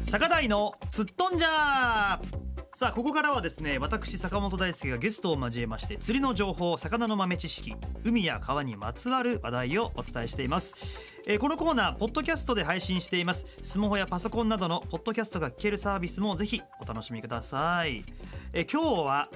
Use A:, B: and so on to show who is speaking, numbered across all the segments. A: 坂大のツットンジャーさあここからはですね私坂本大輔がゲストを交えまして釣りの情報魚の豆知識海や川にまつわる話題をお伝えしています、えーこのコーナーポッドキャストで配信していますスマホやパソコンなどのポッドキャストが聞けるサービスもぜひお楽しみください、えー今日は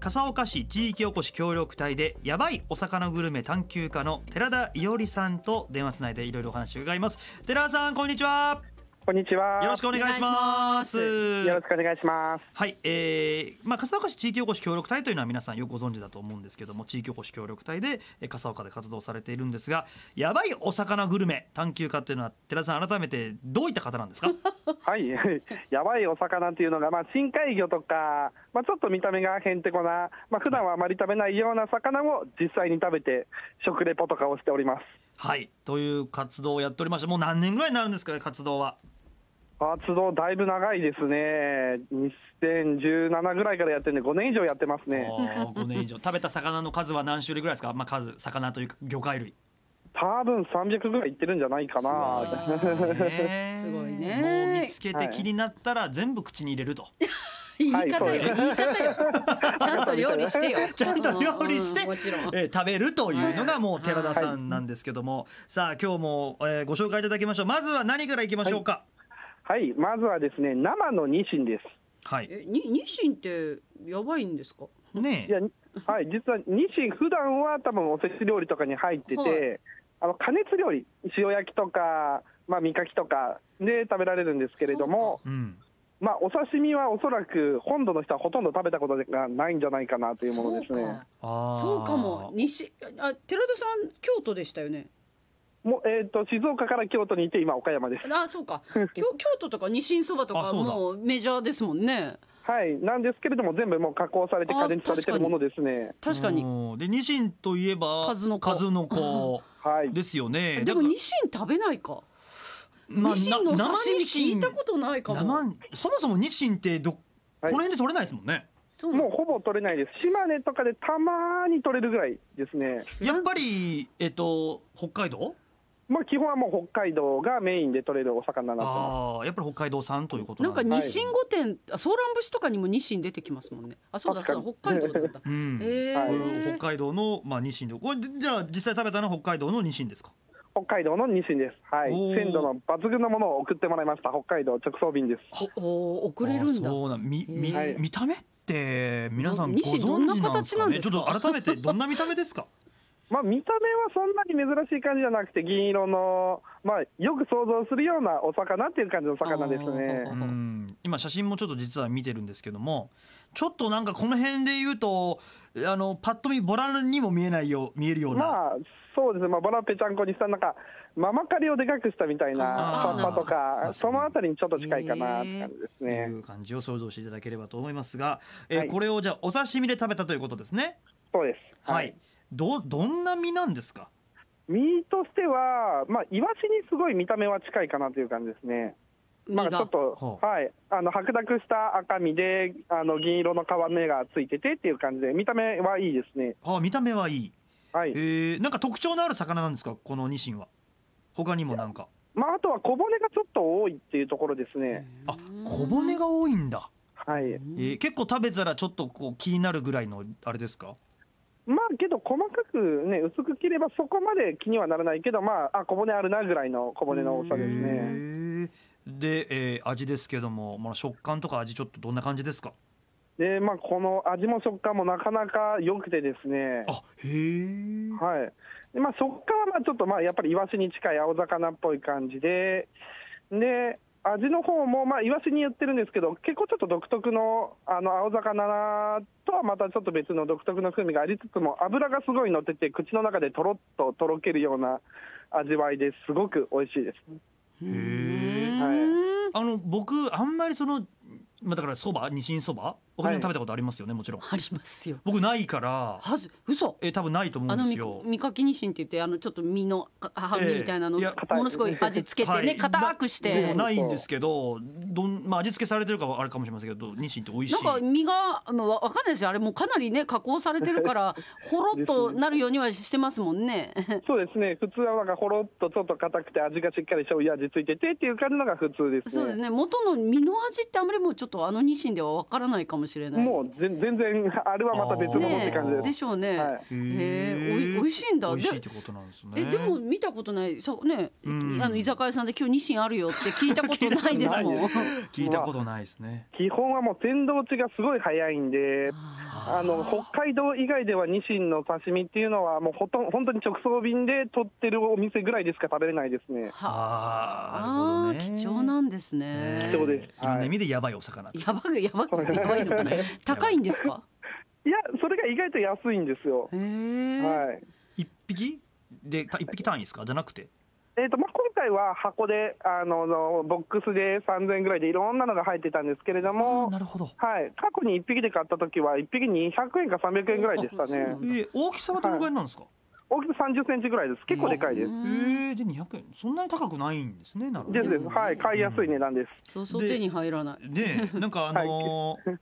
A: 笠岡市地域おこし協力隊でやばいお魚グルメ探求家の寺田伊織さんと電話つないでいろいろお話を伺います寺田さんこんにちは
B: こんにちは。
A: よろしくお願いします。
C: お
B: よろしくお願いします。
A: はい、えーまあ、笠岡市地域おこし協力隊というのは皆さんよくご存知だと思うんですけども地域おこし協力隊でえー笠岡で活動されているんですがやばいお魚グルメ探求家というのは寺田さん改めてどういった方なんです か
B: はい、やばいお魚っていうのが、まあ、深海魚とか、まあ、ちょっと見た目がへんてこな、まあ、普段はあまり食べないような魚を実際に食べて、食レポとかをしております。
A: はいという活動をやっておりましてもう何年ぐらいになるんですかね活動は。
B: 活動だいぶ長いですね。2017ぐらいからやってるんで、5年以上やってますね。
A: 5年以上食べた魚の数は何種類ぐらいですか、まあ、数魚というか魚介類。
B: 多分300ぐらいいってるんじゃないかな。
C: すごい
A: ね
C: すごいね
A: もう見つけ
B: は
A: て
B: い
A: 気になったら全部口に入れると。
C: 言い
B: はい
C: 方よ、
B: そう
C: 言い方よ。ちゃんと料理し てよ。
A: ちゃんと料理して
C: うんもちろん。
A: えー食べるというのがもう寺田さんなんですけども、さあ今日も、えーご紹介いただきましょうまずは何からいきましょうか
B: はい、まずはですね、生のニシンです。
A: はい、
C: え、に、ニシンってやばいんですか。
A: ね
B: いや、はい、実はニシン、普段は多分おせち料理とかに入ってて、
C: はい
B: あの加熱料理、塩焼きとか、まあ、みかきとかで食べられるんですけれども、
A: うん
B: まあ、お刺身はおそらく本土の人はほとんど食べたことがないんじゃないかなというものです
C: そう
B: ね
C: か。
A: あー
C: そうかも。西、あ、寺田さん京都でしたよね。
B: もうえー、と静岡から京都にいて、今、岡山です。
C: あ、そう か。京京都とかニシンそばと
A: あ
C: か
A: そうだ
C: もうメジャーですもんね。
B: はい、なんですけれども、全部もう加工されて、
C: あー
B: 加熱されてるものですね。
C: 確かに。
A: うんでニシンといえば
C: 数の子
A: 数の子
B: はい、
A: ですよね
C: でも
A: だから
C: ニシン食べないか。
A: まあ
C: ニシンのお
A: な
C: 刺身
A: ニシ
C: 聞
A: ン
C: いたことないかも。
A: 生そもそもニシンってどこの
B: はい
A: 辺で取れないですもんね、
C: そう
B: もうほぼ取れないです、島根とかでたまーに取れるぐらいですね。
A: やっぱりえっと北海道
B: まあ、基本はもう北海道がメインで取れるお魚になってます。
A: ああやっぱり北海道産ということ
C: なんか
A: で
C: ニシン御殿、あソーラン節とかにもニシン出てきますもんね。あ、そうだ、そうだ、北海道だった。
A: うん
C: へ
B: はい
C: え。
A: 北海道の、まあ、ニシンでこれじゃあ実際食べたのは北海道のニシンですか
B: 北海道のニシンです。はい、
A: おー
B: 鮮度の抜群のものを送ってもらいました。北海道直送便です。
C: おおー、送れるん
A: あ
C: だ。
A: そうなんみみ、
B: はい
A: 見た目って皆さんご
C: ニシンどんな
A: 存知なんですかね
C: 形なんですか
A: ちょっと改めてどんな見た目ですか
B: まあ、見た目はそんなに珍しい感じじゃなくて、銀色の、まあ、よく想像するようなお魚っていう感じの魚です
C: あ
B: ね
A: う
C: ー。
A: ん今写真もちょっと実は見てるんですけどもちょっとなんかこの辺で言うとあのパッと見ボラにも見えないよう見えるような、
B: まあ、そうですね。まあ、ボラペちゃんこにした、なんか、ママカリをでかくしたみたい
C: あ
B: な、葉
C: ー
B: っぱと
A: なるほ
B: か
A: ど、
B: そのあたりにちょっと近いかなって感じです
A: い
B: ね。
A: う感じを想像していただければと思いますが、えー
B: はい
A: これをじゃあお刺身で食べたということですね
B: そうです。
A: はい、。どどんな身なんですか
B: 身としては、まあ、イワシにすごい見た目は近いかなという感じですね。ま
C: 身
B: あ、ちょ
C: が
B: っ。と
A: ほ、う
B: はい、あの白濁した赤身で、あの銀色の皮目がついててっていう感じで、見た目はいいですね。
A: あ見た目はいい
B: はい。
A: えー、なんか特徴のある魚なんですかこのニシンは他にもなんか
B: まあ、あとは小骨がちょっと多いっていうところですね。
A: あ小骨が多いんだ、
B: はい。
A: えー結構食べたらちょっとこう気になるぐらいのあれですか
B: まあ、けど細かくね、薄く切ればそこまで気にはならないけど、まあ、あ、小骨あるなぐらいの小骨の大きさです
A: へ
B: ね。
A: ーで、えー味ですけども、まあ、食感とか味ちょっとどんな感じですか
B: で、まあ、この味も食感もなかなか良くてですね。
A: あへえ
B: はい。でまあ、食感はまあちょっとまあやっぱりイワシに近い青魚っぽい感じで、で、味の方もまあイワシに言ってるんですけど、結構ちょっと独特のあの青魚とはまたちょっと別の独特の風味がありつつも、油がすごい乗ってて、口の中でとろっととろけるような味わいですごく美味しいです。
C: う
A: へ
C: ん。
B: ー
C: うん
A: あの僕あんまりそのまあだからそばニシンそば他にも食べたことありますよね、もちろん
C: ありますよ
A: 僕ないから
C: はず嘘
A: え多分ないと思う
C: あ
A: ん
C: の
A: で
C: み
A: すよ
C: みかきにしんって言ってあのちょっと身のか半身みたいなの、
A: ええいや
C: ものすごい味付けてね、
A: はい
C: 硬くし
A: そう
C: てな
A: ないんですけどどん、まあ、味付けされてるかはあれかもしれませんけどニシンって美味しい
C: んか身がまあわわかんないですよあれもうかなりね加工されてるからほろっとなるようにはしてますもんね
B: そうですね、普通はなんかほろっとちょっと硬くて味がしっかり醤油味ついててっていう感じのが普通ですね。
C: そうですね元の身の味ってあんまりもうちょっとあのニシンではわからないかもしれない
B: もう全全然、あれはまた別物って
C: ね
B: 感じ
C: え
B: です
C: で。しょうね、
B: は
A: へ
B: い
C: へえおい美味しいんだ
A: 美味しい
C: で
A: ってことなんですね
C: えでも見たことないさね、
A: うん
C: あの居酒屋さんで今日ニシンあるよって聞いたことないですもん。
A: 聞いたことないですね
B: 基本はもう天動地がすごい早いんで、
C: あ
B: あの北海道以外ではニシンの刺身っていうのは、もうほとん本当に直送便で取ってるお店ぐらいでしか食べれないですね
C: ー。
A: あーなるほどね
C: 貴重なんですね
A: ね。
B: 貴重です
A: いろんな意味でやばいお魚
C: やばくやばくやばいのかな。 高いんですか。
B: いや、それが意外と安いんですよ。
C: へえ。
B: はい
A: 一匹でた一匹単位ですかじゃなくて
B: えーとまあ、今回は箱であののボックスで3000円ぐらいでいろんなのが入ってたんですけれど
A: あー
B: も、
A: なるほど
B: はい、過去に1匹で買った時は1匹200円か300円ぐらいでした
C: あそうな
B: ね
C: ん
A: えー大きさはどのぐらいなんですか、
B: 大きさ30センチぐらいです結構でかいです
A: え
C: うん
A: ーで200円そんなに高くないんですねなるほど
B: です
A: ね
B: ですはい買いやすい値段です、
C: そうそう手に入らない。
A: ねなんかあのー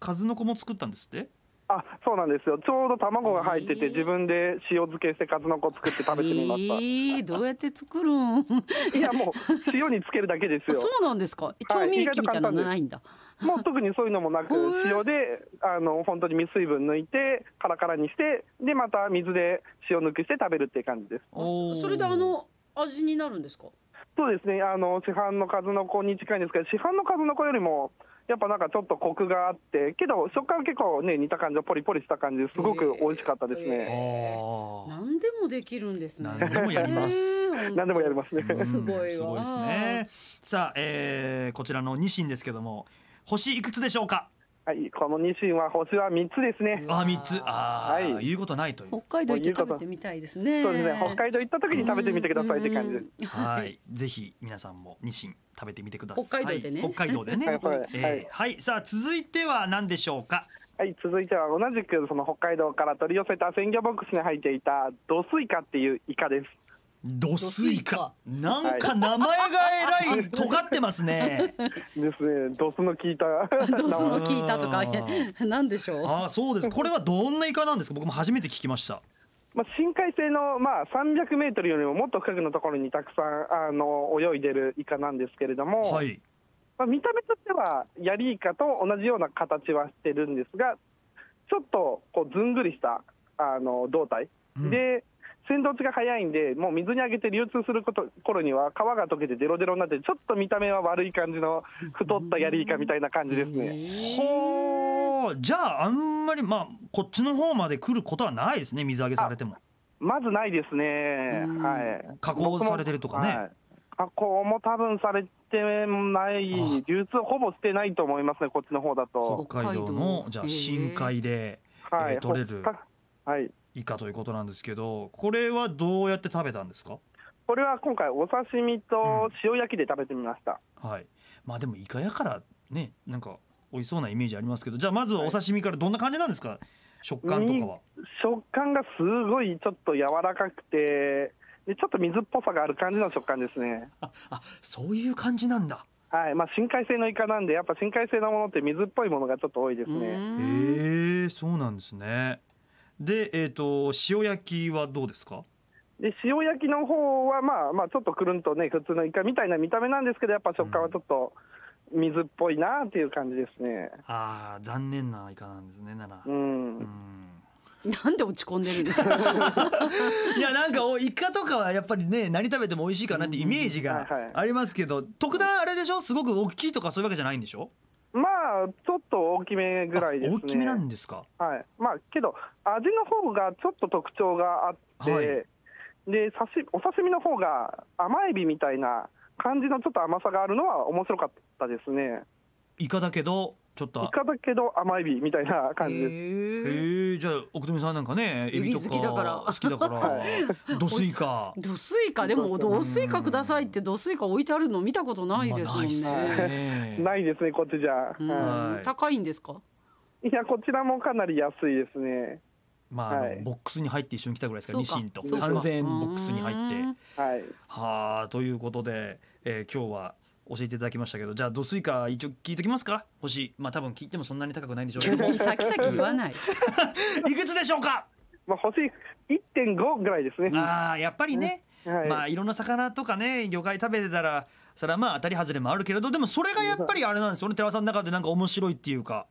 A: 数の子も作ったんですって
B: あそうなんですよちょうど卵が入って
C: え
B: て
C: ー
B: 自分で塩漬けして数の子作って食べてみました、
C: えーどうやって作るん。
B: いやもう塩につけるだけです
C: あ
B: よ
C: そうなんですか。え調味液みたいなのないんだ。
B: もう特にそういうのも なく
C: へー
B: 塩であの本当に水分抜いてカラカラにしてでまた水で塩抜きして食べるって感じです
C: あそそれであの味になるんですか。
B: そうですね、あの市販の数の子に近いんですけど、市販の数の子よりも、やっぱなんかちょっとコクがあって、けど食感結構ね、似た感じのポリポリした感じですごく美味しかったですね。
A: おー
C: 何でもできるんですね。
A: 何でもやります
C: えー
B: 何でもやりますね。
A: うん
C: すごいわ
A: すごいですねさあ、えーこちらのニシンですけども星いくつでしょうか
B: はい、このニシンは星は3つですね。
A: あ三つあー、
B: はい
A: 言うことないという
C: 北海道行って食べてみたいですね。
B: そうですね、北海道行った時に食べてみてくださいって感じです。
C: じ。
A: はいぜひ皆さんもニシン食べてみてください
C: 北海道でね
A: 北海道でね
B: はい、はい、
A: えー
B: はい、
A: はい、さあ続いては何でしょうか
B: はい、続いては同じくその北海道から取り寄せた鮮魚ボックスに入っていたドスイカっていうイカです。
A: ドスイカなんか
B: は
A: 名前がえらい尖ってますね
B: ですね、ドスの効 いた
C: どうす
B: 名前
C: るの聞いたとか
A: あー、
C: なんでしょ
A: あーそうですこれはどんなイカなんですか僕も初めて聞きました
B: まあ、深海性の、まあ、300メートルよりももっと深くのところにたくさんあの泳いでるイカなんですけれども、
A: はい
B: まあ、見た目としてはヤリイカと同じような形はしてるんですがちょっとこうずんぐりしたあの胴体、
A: うん
B: で鮮度値が早いんでもう水にあげて流通すること頃には皮が溶けてデロデロになってちょっと見た目は悪い感じの太ったヤリイカみたいな感じですね。
A: ほーじゃああんまりまあこっちの方まで来ることはないですね水揚げされても
B: まずないですね、
C: うん
B: はい、
A: 加工されてるとかね
B: 僕もはい加工も多分されてない、流通ほぼしてないと思いますね、こっちの方だと。
A: 北海道の
C: 北海道
A: じゃあ深海で
B: は
A: えー
B: い、
A: 取れる
B: ほかはい、
A: イカということなんですけどこれはどうやって食べたんですか
B: これは今回、お刺身と塩焼きで食べてみました。
A: はいまあでもイカやからねなんか美味しそうなイメージありますけどじゃあまずはお刺身からどんな感じなんですか、食感とかは、
B: 食感がすごいちょっと柔らかくて、でちょっと水っぽさがある感じの食感ですね。
A: ああそういう感じなんだ
B: はいまあ、深海性のイカなんで、やっぱ深海性のものって水っぽいものがちょっと多いです
C: う。
B: ね。
A: へえ
C: ね。
A: そうなんですねでえっ、と塩焼きはどうですか
B: で塩焼きの方はまあまあちょっとくるんとね普通のイカみたいな見た目なんですけどやっぱ食感はちょっと水っぽいなっていう感じですね。
A: あー残念なイカなんですねなら
B: う。
A: うんん
C: なんで落ち込んでるんですか。
A: いやなんかおイカとかはやっぱりね何食べても美味しいかなってイメージが
B: うんはいはい
A: ありますけど特段あれでしょすごく大きいとかそういうわけじゃないんでしょ
B: まあちょっと大きめぐらいですね。
A: あ大きめなんですか
B: はい。まあけど味の方がちょっと特徴があって、
A: はい
B: で刺しお刺身の方が甘エビみたいな感じのちょっと甘さがあるのは面白かったですね。
A: イカだけどちょっと
B: イカだけど甘エビみたいな感じです。
A: え
C: へえ。
A: ー、じゃあ奥富さんなんかねエビとか
C: エビ好きだから
A: 好きだから
B: は
A: ドスイカ
C: ドスイカでもドスイカくださいってドスイカ置いてあるの見たことないです
A: まあ
C: もん
A: ないっす
C: ね。
A: ね
B: ないですね、こっちじゃ。
C: うん
A: はい
C: 高いんですか。
B: いや、こちらもかなり安いですね。
A: まあ、あの
B: はい
A: ボックスに入って一緒に来たぐらいですか
C: そう
A: ら
C: か
A: ニシンと
C: そうか
A: 3000円ボックスに入って
C: うん
B: はい。
A: はあということで、えー今日は教えていただきましたけどじゃあドスイカ一応聞いときますか星まあ多分聞いてもそんなに高く ないんでしょうけども
C: 先々言わない。
A: いくつでしょうか
B: まあ、星1.5ぐらいですね。は
A: あーやっぱりね、
B: い。
A: まあいろんな魚とかね魚介食べてたらそれはまあ当たり外れもあるけれどでもそれがやっぱりあれなんですよね寺尾さんの中でなんか面白いっていうか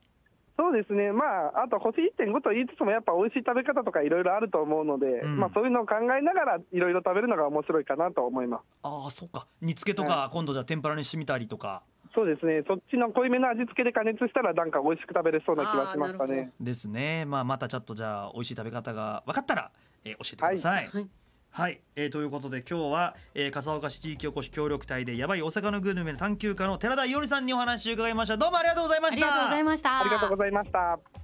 B: そうですね。まあ、あと星1.5と言いつつも、やっぱ美味しい食べ方とかいろいろあると思うので、
A: うん
B: まあ、そういうのを考えながら、いろいろ食べるのが面白いかなと思います。
A: ああそうか煮付けとか今度じゃあ天ぷらにしてみたりとか
B: そうですね。そっちの濃いめの味付けで加熱したら、なんか美味しく食べれそうな気がしました
C: あーなる
B: ね。
A: ですねまあまたちょっとじゃあ美味しい食べ方が分かったら、えー教えてください。
C: はい。
A: はい、えーということで今日は、えー笠岡市地域おこし協力隊でやばいお魚グ ルメの探求家の寺田伊織さんにお話を伺いましたどうもありがとうございま
C: あ
A: し
C: りがとうご
A: た
C: ざいました。
B: ありがとうございました。